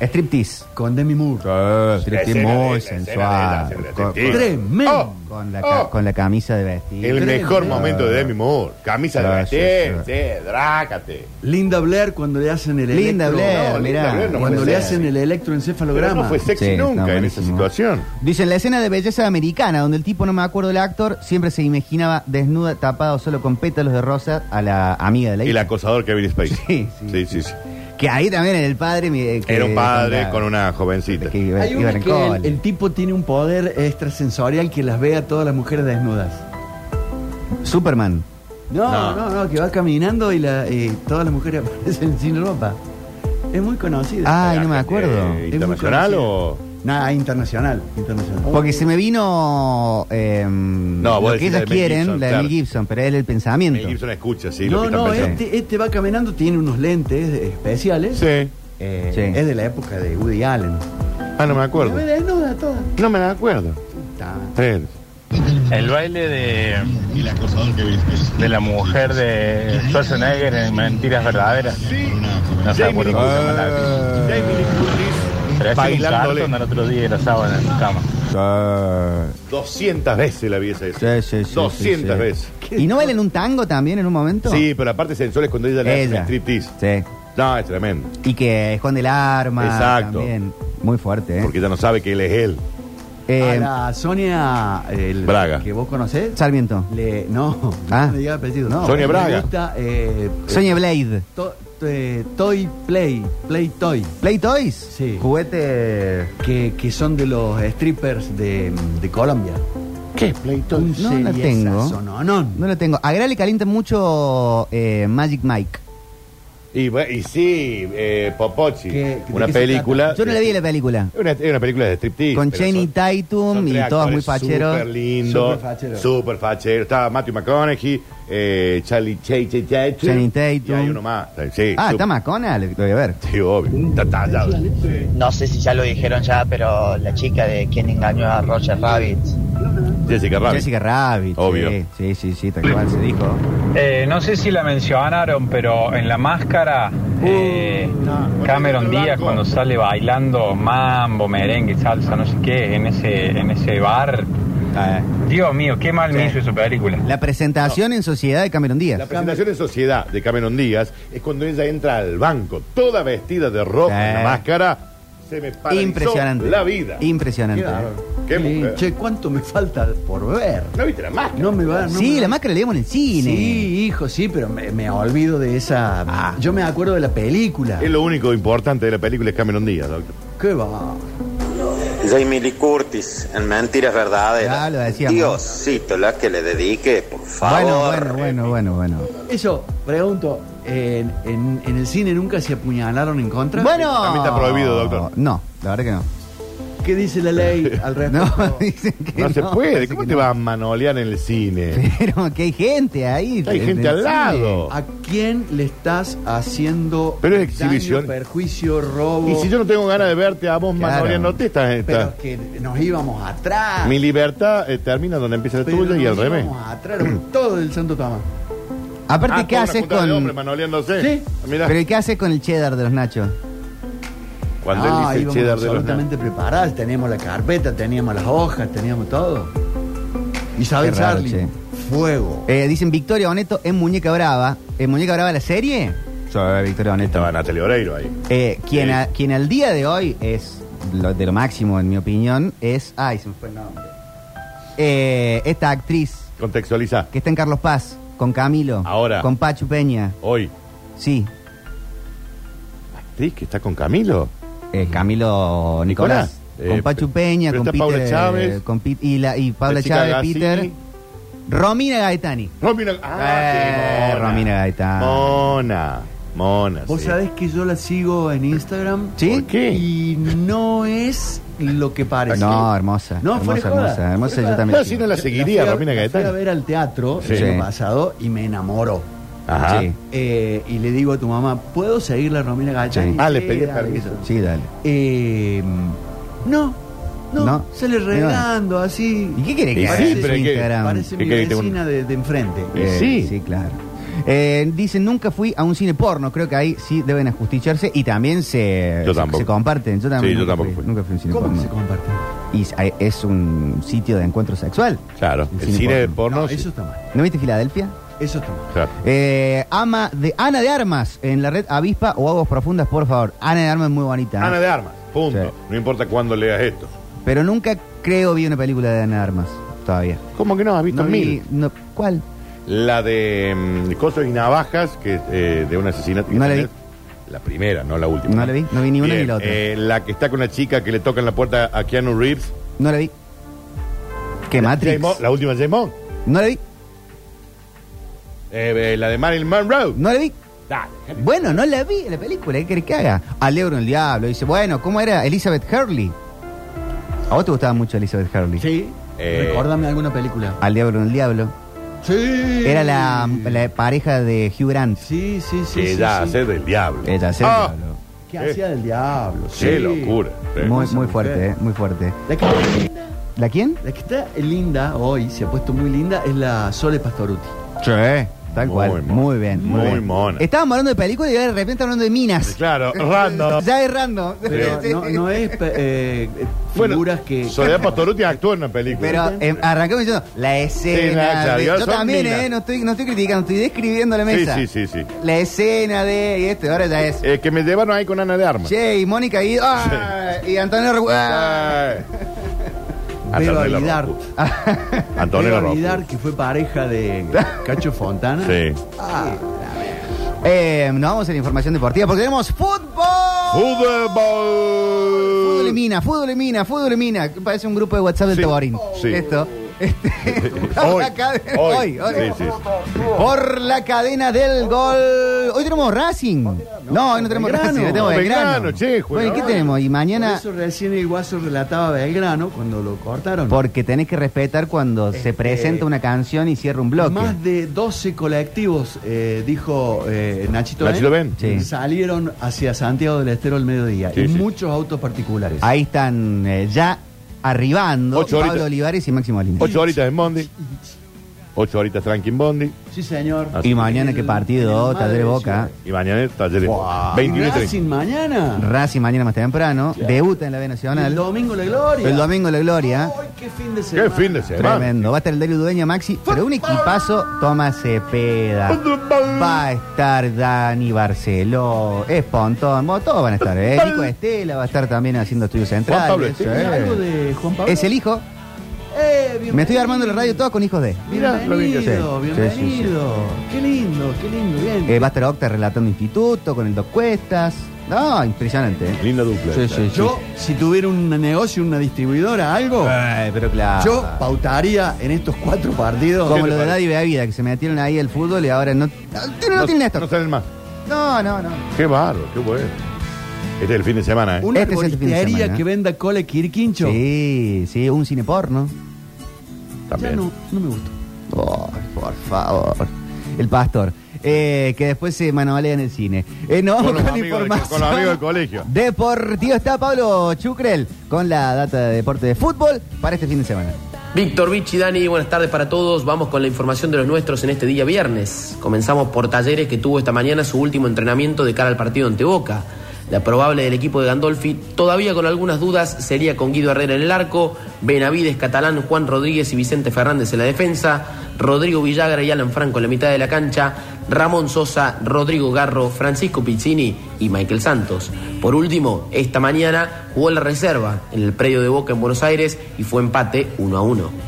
Speaker 8: Striptease.
Speaker 12: Con Demi Moore.
Speaker 8: Striptease muy sensual. Con- con-
Speaker 12: Tremendo.
Speaker 8: Con la, ca- con la camisa de vestir.
Speaker 10: Oh, El mejor momento de Demi Moore. Camisa de
Speaker 8: Gracias,
Speaker 10: vestir,
Speaker 8: gracias.
Speaker 10: sí, drácate.
Speaker 12: Linda Blair cuando le hacen el
Speaker 8: Linda
Speaker 12: electro-
Speaker 8: Blair,
Speaker 12: No,
Speaker 8: Eh, mirá.
Speaker 12: Linda Blair no cuando
Speaker 8: fue
Speaker 12: le
Speaker 8: sexy.
Speaker 12: hacen el electroencefalograma.
Speaker 10: Pero no fue sexy
Speaker 8: Sí,
Speaker 10: nunca
Speaker 8: está
Speaker 10: en esa
Speaker 8: buenísimo.
Speaker 10: situación.
Speaker 8: Dicen la escena de belleza americana, donde el tipo, no me acuerdo del actor, siempre se imaginaba desnuda, tapada o solo con pétalos de rosa a la amiga de la
Speaker 10: El
Speaker 8: hija.
Speaker 10: acosador Kevin Spacey. Sí, sí, sí.
Speaker 8: Que ahí también era el padre. mi- eh, que-
Speaker 10: Era un padre
Speaker 8: la-
Speaker 10: con una jovencita.
Speaker 12: Hay una que el, el tipo tiene un poder extrasensorial que las ve a todas las mujeres desnudas.
Speaker 8: Superman.
Speaker 12: No, no,
Speaker 8: No.
Speaker 12: no, que va caminando y, la- y todas las mujeres aparecen sin ropa. Es muy conocida.
Speaker 8: Ay, no me
Speaker 10: eh,
Speaker 8: acuerdo.
Speaker 12: Es muy conocida. Nah, internacional, internacional.
Speaker 8: Porque se me vino. eh,
Speaker 10: vos
Speaker 8: lo que
Speaker 10: decís
Speaker 8: ellas
Speaker 10: la de Mel
Speaker 8: quieren,
Speaker 10: Gibson,
Speaker 8: la de
Speaker 10: claro.
Speaker 8: Mel Gibson, pero es el pensamiento.
Speaker 10: Mel Gibson escucha, sí, lo
Speaker 12: No,
Speaker 10: que están
Speaker 12: no,
Speaker 10: pensando.
Speaker 12: este, este va caminando, tiene unos lentes especiales.
Speaker 10: Sí.
Speaker 12: Eh,
Speaker 10: Sí.
Speaker 12: Es de la época de Woody Allen.
Speaker 10: Ah, no me acuerdo.
Speaker 12: Me desnuda toda.
Speaker 10: No me acuerdo. Sí.
Speaker 13: El baile de, de la mujer de Schwarzenegger en Mentiras Verdaderas. No se acuerdo cómo se llama la Pero es un
Speaker 10: Bailándole.
Speaker 13: cartón al otro día la sábana en la cama.
Speaker 10: 200 veces la vi esa
Speaker 8: Sí,
Speaker 10: escena.
Speaker 8: sí, sí,
Speaker 10: 200
Speaker 8: sí, sí.
Speaker 10: veces.
Speaker 8: ¿Y no bailan un tango también en un momento?
Speaker 10: Sí, pero aparte sensuales cuando ella le hace un
Speaker 8: Ella.
Speaker 10: striptease.
Speaker 8: Sí.
Speaker 10: No, es tremendo.
Speaker 8: Y que esconde el arma.
Speaker 10: Exacto.
Speaker 8: también. Muy fuerte, ¿eh?
Speaker 10: Porque ella no sabe que él es él.
Speaker 8: Eh,
Speaker 12: a la Sonia el-
Speaker 10: Braga.
Speaker 12: que vos conocés.
Speaker 8: Sarmiento.
Speaker 12: Le, no,
Speaker 8: Ah.
Speaker 12: no me digas apellido. No,
Speaker 10: Sonia
Speaker 12: me
Speaker 10: Braga.
Speaker 12: gusta, eh,
Speaker 8: Sonia Blade.
Speaker 12: To- eh, toy Play, Play Toy.
Speaker 8: ¿Play Toys?
Speaker 12: Sí.
Speaker 8: Juguete.
Speaker 12: Que, que son de los strippers de, eh, de Colombia.
Speaker 10: ¿Qué es Play Toy?
Speaker 8: No la tengo.
Speaker 12: No, no.
Speaker 8: No la tengo. A Gra le calienta mucho eh, Magic Mike.
Speaker 10: Y, bu- y sí, eh, Popochi.
Speaker 8: ¿De
Speaker 10: Una
Speaker 8: qué se
Speaker 10: película.
Speaker 8: trata? Yo no la vi la película.
Speaker 10: Es una, es una película de striptease.
Speaker 8: Con
Speaker 10: eh, pero
Speaker 8: Chaney
Speaker 10: son-
Speaker 8: Tatum
Speaker 10: son
Speaker 8: y
Speaker 10: tres
Speaker 8: todos muy
Speaker 10: actores
Speaker 8: facheros.
Speaker 10: Súper lindo.
Speaker 8: Súper fachero.
Speaker 10: Súper fachero. Estaba Matthew McConaughey, eh, Charlie Chase,
Speaker 8: Channing Tatum.
Speaker 10: Y hay uno más. Sí,
Speaker 8: ah,
Speaker 10: súper-
Speaker 8: está Macona, lo voy a ver.
Speaker 10: Sí, obvio. Está tallado.
Speaker 15: No sé si ya lo dijeron ya, pero la chica de quien engañó a Roger Rabbit.
Speaker 10: Jessica Rabbit.
Speaker 8: Jessica Rabbit. Obvio. Sí, sí, sí, sí, tal cual se dijo.
Speaker 17: Eh, no sé si la mencionaron, pero en la máscara,
Speaker 10: Uh,
Speaker 17: eh, Cameron Díaz cuando sale bailando mambo, merengue, salsa, no sé qué, en ese, en ese bar. Dios mío, qué mal me hizo esa película.
Speaker 8: La presentación en Sociedad de Cameron Díaz.
Speaker 10: La presentación en sociedad de Cameron Díaz es cuando ella entra al banco, toda vestida de ropa, una máscara. Se me paralizó
Speaker 8: Eh. Impresionante.
Speaker 10: la vida.
Speaker 8: Impresionante. ¿eh?
Speaker 10: Qué bárbaro. Qué mujer.
Speaker 12: Che, ¿cuánto me falta por ver?
Speaker 10: ¿No viste la máscara?
Speaker 12: No me va. no
Speaker 8: sí,
Speaker 12: me-
Speaker 8: la máscara la vimos en el cine.
Speaker 12: Sí, hijo, sí, pero me, me olvido de esa. Yo me acuerdo de la película.
Speaker 10: Es lo único importante de la película es Cameron Díaz, doctor.
Speaker 12: ¿Qué va?
Speaker 18: Jamie Lee Curtis en Mentiras Verdaderas.
Speaker 8: Ya lo decíamos.
Speaker 18: Diosito, la que le dedique, por favor.
Speaker 8: Bueno, bueno, bueno, bueno, bueno.
Speaker 12: Eso, pregunto, ¿en, en, en el cine nunca se apuñalaron en contra?
Speaker 8: Bueno. También está prohibido, doctor. No, la verdad que no.
Speaker 12: ¿Qué dice la ley al respecto?
Speaker 8: No, dicen que
Speaker 10: No
Speaker 8: no.
Speaker 10: se puede. ¿Cómo te vas a manolear en el cine?
Speaker 8: Pero que hay gente ahí.
Speaker 10: Hay
Speaker 8: en
Speaker 10: gente
Speaker 8: el
Speaker 10: al lado.
Speaker 12: ¿A quién le estás haciendo
Speaker 10: Pero es exhibición.
Speaker 12: daño, perjuicio, robo?
Speaker 10: Y si yo no tengo ganas de verte a vos
Speaker 12: Claro.
Speaker 10: manoleándote, estás...
Speaker 12: Pero
Speaker 10: estás-
Speaker 12: es que nos íbamos atrás.
Speaker 10: Mi libertad eh, termina donde empieza la
Speaker 12: Pero
Speaker 10: tuya y al
Speaker 12: nos
Speaker 10: revés.
Speaker 12: íbamos atrás, éramos todo el Santo Tomás.
Speaker 8: Aparte,
Speaker 10: Ah,
Speaker 8: ¿qué haces con.
Speaker 10: manoleándose. Ah,
Speaker 12: Sí.
Speaker 10: Mirá.
Speaker 8: Pero ¿y qué haces con el cheddar de los nachos?
Speaker 10: Cuando
Speaker 12: No,
Speaker 10: él dice el
Speaker 12: Ah, íbamos
Speaker 10: cheddar de los
Speaker 12: absolutamente preparados. Teníamos la carpeta, teníamos las hojas, teníamos todo. Isabel
Speaker 8: Qué raro,
Speaker 12: Charlie,
Speaker 8: che.
Speaker 12: fuego.
Speaker 8: Eh, dicen Victoria Oneto es Muñeca Brava. ¿Es Muñeca Brava la serie? Sí, Victoria Oneto.
Speaker 10: Estaba Natalia Oreiro ahí.
Speaker 8: Eh, quien, a- quien al día de hoy es lo- de lo máximo, en mi opinión, es. Ay, se me fue el nombre. Eh, esta actriz.
Speaker 10: Contextualiza.
Speaker 8: Que está en Carlos Paz, con Camilo.
Speaker 10: Ahora.
Speaker 8: Con Pachu Peña.
Speaker 10: Hoy.
Speaker 8: Sí.
Speaker 10: ¿Actriz que está con Camilo?
Speaker 8: Eh, Camilo Nicolás.
Speaker 10: Nicolás.
Speaker 8: Con
Speaker 10: Eh,
Speaker 8: Pachu Peña,
Speaker 10: pero
Speaker 8: con
Speaker 10: está Paula
Speaker 8: Peter,
Speaker 10: Chávez.
Speaker 8: con Pi- y, la, y Paula
Speaker 10: La chica
Speaker 8: Chávez,
Speaker 10: Gazzini.
Speaker 8: Peter. Romina Gaetani.
Speaker 10: Romina.
Speaker 8: eh,
Speaker 10: Ah, mona.
Speaker 8: Romina Gaetani.
Speaker 10: Mona. Mona.
Speaker 12: Vos
Speaker 10: sí.
Speaker 12: sabés que yo la sigo en Instagram.
Speaker 8: ¿Sí?
Speaker 10: qué?
Speaker 12: Y no es lo que parece.
Speaker 8: No, hermosa.
Speaker 12: No, fuera de
Speaker 8: hermosa, hermosa,
Speaker 12: joda.
Speaker 8: hermosa.
Speaker 12: Fuera
Speaker 8: Yo
Speaker 12: de
Speaker 8: también.
Speaker 12: joda. fui a- Fui a ver al teatro
Speaker 8: Sí.
Speaker 12: el año
Speaker 8: Sí.
Speaker 12: pasado y me enamoró.
Speaker 10: Ah,
Speaker 8: Ajá. Sí.
Speaker 12: Eh, y le digo a tu mamá, ¿puedo seguir la Romina Gacha?
Speaker 8: Sí. Ah, le pedí permiso. Sí, dale.
Speaker 12: Eh, no, No,
Speaker 8: No.
Speaker 12: sale regando así.
Speaker 8: ¿Y qué quiere que
Speaker 12: Y
Speaker 8: haga
Speaker 12: sí,
Speaker 8: en
Speaker 12: pero
Speaker 8: su
Speaker 12: hay que-
Speaker 8: Instagram?
Speaker 12: Parece mi vecina de, de enfrente.
Speaker 8: Eh, Sí, claro. Eh, dicen, nunca fui a un cine porno. Creo que ahí sí deben ajusticharse y también se,
Speaker 10: Yo
Speaker 8: se-
Speaker 10: tampoco.
Speaker 8: se comparten. Yo también
Speaker 10: Sí, yo
Speaker 8: nunca
Speaker 10: tampoco
Speaker 8: fui,
Speaker 10: fui.
Speaker 8: Nunca fui a un cine
Speaker 12: ¿Cómo que
Speaker 8: porno.
Speaker 12: se comparten?
Speaker 8: Y es- hay- es un sitio de encuentro sexual.
Speaker 10: Claro. El cine de porno.
Speaker 12: No,
Speaker 10: sí.
Speaker 12: eso está mal.
Speaker 8: ¿No viste Filadelfia?
Speaker 12: Eso está mal.
Speaker 10: Claro.
Speaker 8: Eh, ama de Ana de Armas en la red Avispa o Aguas Profundas, por favor. Ana de Armas es muy bonita. ¿eh?
Speaker 10: Ana de Armas. Punto. No importa cuándo leas esto.
Speaker 8: Pero nunca creo vi una película de Ana de Armas todavía.
Speaker 10: ¿Cómo que no? ¿Has visto
Speaker 8: No vi-
Speaker 10: mil?
Speaker 8: no- ¿Cuál?
Speaker 10: La de mm, Cosas y Navajas, que eh, de un asesinato. que
Speaker 8: No la
Speaker 10: tenés. La primera, no la última.
Speaker 8: No la vi. No vi ni una
Speaker 10: Bien,
Speaker 8: ni la otra.
Speaker 10: eh, la que está con la chica que le toca en la puerta a Keanu Reeves.
Speaker 8: No la vi. ¿Qué Matrix?
Speaker 10: James Bond, la última James Bond.
Speaker 8: No la vi.
Speaker 10: Eh, eh, la de Marilyn Monroe.
Speaker 8: No la vi.
Speaker 10: Dale.
Speaker 8: Bueno, no la vi la película, ¿qué querés que haga? Al Ebro el Diablo. Dice, bueno, ¿cómo era Elizabeth Hurley? ¿A vos te gustaba mucho Elizabeth Hurley?
Speaker 12: Sí.
Speaker 10: Eh,
Speaker 12: Recordame alguna película.
Speaker 8: Al Diablo el Diablo.
Speaker 12: Sí.
Speaker 8: Era la, la pareja de Hugh Grant.
Speaker 12: Sí, sí, sí.
Speaker 10: que
Speaker 12: sí,
Speaker 10: ella
Speaker 12: sí.
Speaker 10: hace del diablo.
Speaker 8: Ella hace el
Speaker 10: Ah,
Speaker 8: diablo.
Speaker 12: Que hacía del diablo.
Speaker 10: Qué locura. Sí.
Speaker 8: Muy, muy fuerte, eh, muy fuerte.
Speaker 12: La que,
Speaker 8: ¿La quién?
Speaker 12: la que está linda hoy, se ha puesto muy linda, es la Sole Pastoruti.
Speaker 8: Sí, tal
Speaker 10: Muy
Speaker 8: cual.
Speaker 10: mona.
Speaker 8: Muy bien, muy,
Speaker 10: Muy
Speaker 8: bien.
Speaker 10: mona.
Speaker 8: Estábamos hablando de películas y de repente hablando de minas.
Speaker 10: Claro, random.
Speaker 8: Ya es random.
Speaker 12: Pero
Speaker 8: Sí.
Speaker 12: no, no es pe- eh, figuras que.
Speaker 10: Soledad Pastoruti actuó en una película.
Speaker 8: Pero eh, arrancamos diciendo la escena.
Speaker 10: claro,
Speaker 8: de-
Speaker 10: yo
Speaker 8: yo
Speaker 10: soy
Speaker 8: también,
Speaker 10: mina.
Speaker 8: eh, no estoy, no estoy criticando, estoy describiendo la mesa.
Speaker 10: Sí, sí, sí, sí.
Speaker 8: La escena de. Y este, ahora ya es.
Speaker 10: Eh, que me llevaron ahí con Ana de Armas.
Speaker 8: Che, y Mónica y. ¡Ah! Y Antonio Regu- ¡Ah!
Speaker 10: Eh.
Speaker 12: Vero
Speaker 10: Antonella
Speaker 12: Aguilar.
Speaker 10: Rojo. Antonella
Speaker 12: Vero
Speaker 10: Rojo.
Speaker 12: Aguilar, que fue pareja de Cacho Fontana.
Speaker 10: Sí.
Speaker 8: Eh, nos vamos a la información deportiva porque tenemos fútbol. Fútbol y
Speaker 10: Fútbol.
Speaker 8: mina, ¡Oh! fútbol y mina, fútbol y mina. Parece un grupo de WhatsApp del
Speaker 10: Sí,
Speaker 8: Taborín.
Speaker 10: sí.
Speaker 8: Esto. Este, por
Speaker 10: Hoy,
Speaker 8: la cadena,
Speaker 10: hoy,
Speaker 8: hoy, hoy.
Speaker 10: sí, sí.
Speaker 8: Por la cadena del gol. Hoy tenemos Racing. No, hoy no tenemos
Speaker 12: Belgrano.
Speaker 8: Racing, hoy tenemos
Speaker 10: No,
Speaker 8: Belgrano.
Speaker 10: Belgrano, che, juega
Speaker 8: bueno, ¿y ¿qué
Speaker 10: hoy.
Speaker 8: tenemos? Y
Speaker 12: Por
Speaker 8: mañana,
Speaker 12: eso recién el guaso relataba Belgrano cuando lo cortaron.
Speaker 8: porque tenés que respetar cuando se
Speaker 12: Este,
Speaker 8: presenta una canción y cierra un bloque.
Speaker 12: Más de 12 colectivos, eh, dijo eh, Nachito,
Speaker 10: Nachito
Speaker 8: Ben. Sí.
Speaker 12: salieron hacia Santiago del Estero al mediodía.
Speaker 10: Sí,
Speaker 12: y
Speaker 10: sí.
Speaker 12: muchos autos particulares.
Speaker 8: Ahí están eh, ya arribando
Speaker 10: Ocho
Speaker 8: Pablo
Speaker 10: horitas.
Speaker 8: Olivares y Máximo Olimpia.
Speaker 10: Ocho horitas en Bondi. Ocho horitas tranqui en Bondi.
Speaker 12: Sí, señor.
Speaker 10: Así
Speaker 8: Y mañana
Speaker 12: En
Speaker 8: qué
Speaker 12: el-
Speaker 8: partido,
Speaker 12: en el
Speaker 8: Taller
Speaker 12: Madre
Speaker 8: Boca.
Speaker 10: Y mañana talleres.
Speaker 12: Ciudad.
Speaker 10: 21 y 30.
Speaker 12: Racing mañana.
Speaker 8: Racing mañana más temprano. Debuta en la B
Speaker 12: El
Speaker 8: Nacional.
Speaker 12: domingo la gloria.
Speaker 8: El domingo la gloria.
Speaker 12: Ay, qué fin de semana.
Speaker 10: Qué fin de semana.
Speaker 8: Tremendo. Va a estar el Dario Dueña Maxi. Pero un equipazo toma Cepeda. Va a estar Dani Barceló. Espontón. Bueno, todos van a estar. ¿eh? Nico Estela va a estar también haciendo estudios centrales.
Speaker 10: Pablo Estela.
Speaker 8: ¿eh?
Speaker 12: ¿Algo de Juan Pablo?
Speaker 8: Es el hijo.
Speaker 12: Eh, bienvenido.
Speaker 8: Me estoy armando la radio todo con hijos de.
Speaker 10: Mirá, lo bien que
Speaker 12: Bienvenido,
Speaker 8: hace. Sí, sí, sí, sí.
Speaker 12: bienvenido. Qué lindo, qué lindo, bien.
Speaker 8: Eh, va a estar Octa relatando instituto con el Doc Cuestas. No, impresionante. ¿eh?
Speaker 10: Linda dupla.
Speaker 12: Yo, si tuviera un negocio, una distribuidora, algo,
Speaker 8: Eh, pero claro.
Speaker 12: yo pautaría en estos cuatro partidos.
Speaker 8: Como
Speaker 10: ¿Qué te
Speaker 8: lo de Daddy
Speaker 10: parece?
Speaker 8: Bebida, que se metieron ahí al fútbol y ahora no. No, tienen- no tienen esto.
Speaker 10: No salen más.
Speaker 8: No, no, no.
Speaker 10: Qué barro, qué bueno. Este es el fin de semana, ¿eh?
Speaker 12: Una
Speaker 8: Este es el fin de
Speaker 12: arbolistería
Speaker 8: semana.
Speaker 12: que venda cola quirquincho.
Speaker 8: Sí, sí, un cine porno.
Speaker 12: Ya
Speaker 10: También.
Speaker 12: no, no me gusta.
Speaker 8: Oh, por favor. El pastor. Eh, que después se manualea en el cine. Eh, nos vamos con,
Speaker 10: Con los
Speaker 8: la
Speaker 10: amigos del-
Speaker 8: información.
Speaker 10: con los amigos del colegio.
Speaker 8: Deportivo está Pablo Chucrel con la data de deporte de fútbol para este fin de semana.
Speaker 19: Víctor, Vichy, Dani, buenas tardes para todos. Vamos con la información de los nuestros en este día viernes. Comenzamos por Talleres que tuvo esta mañana su último entrenamiento de cara al partido ante Boca. La probable del equipo de Gandolfi, todavía con algunas dudas, sería con Guido Herrera en el arco, Benavides, Catalán, Juan Rodríguez y Vicente Fernández en la defensa, Rodrigo Villagra y Alan Franco en la mitad de la cancha, Ramón Sosa, Rodrigo Garro, Francisco Pizzini y Michael Santos. Por último, esta mañana jugó la reserva en el predio de Boca en Buenos Aires y fue empate 1 a 1.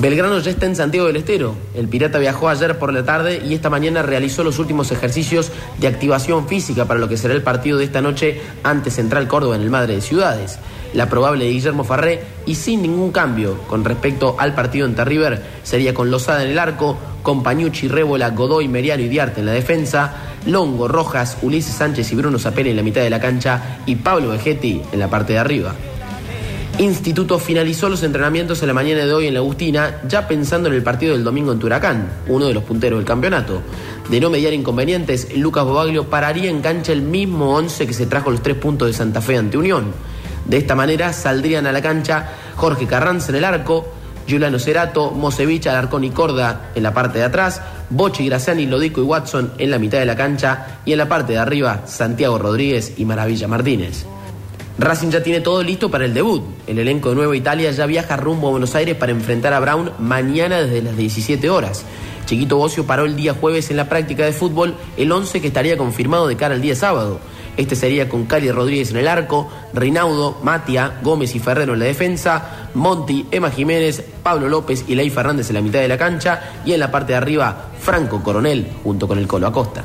Speaker 19: Belgrano ya está en Santiago del Estero. El Pirata viajó ayer por la tarde y esta mañana realizó los últimos ejercicios de activación física para lo que será el partido de esta noche ante Central Córdoba en el Madre de Ciudades. La probable de Guillermo Farré y sin ningún cambio con respecto al partido ante River sería con Lozada en el arco, Compañucci, Rébola, Godoy, Meriano y Diarte en la defensa, Longo, Rojas, Ulises Sánchez y Bruno Zapera en la mitad de la cancha y Pablo Vegetti en la parte de arriba. Instituto finalizó los entrenamientos en la mañana de hoy en la Agustina, ya pensando en el partido del domingo en Huracán, uno de los punteros del campeonato. De no mediar inconvenientes, Lucas Bobaglio pararía en cancha el mismo once que se trajo los tres puntos de Santa Fe ante Unión.
Speaker 9: De esta manera saldrían a la cancha Jorge Carranza en el arco, Giuliano Cerato, Mosevich, Alarcón y Corda en la parte de atrás, Bochi, Graciani, Lodico y Watson en la mitad de la cancha y en la parte de arriba Santiago Rodríguez y Maravilla Martínez. Racing ya tiene todo listo para el debut. El elenco de Nueva Italia ya viaja rumbo a Buenos Aires para enfrentar a Brown mañana desde las 17 horas. Chiquito Bocio paró el día jueves en la práctica de fútbol el 11 que estaría confirmado de cara al día sábado. Este sería con Cali Rodríguez en el arco, Rinaudo, Matia, Gómez y Ferrero en la defensa, Monti, Emma Jiménez, Pablo López y Ley Fernández en la mitad de la cancha y en la parte de arriba Franco Coronel junto con el Colo Acosta.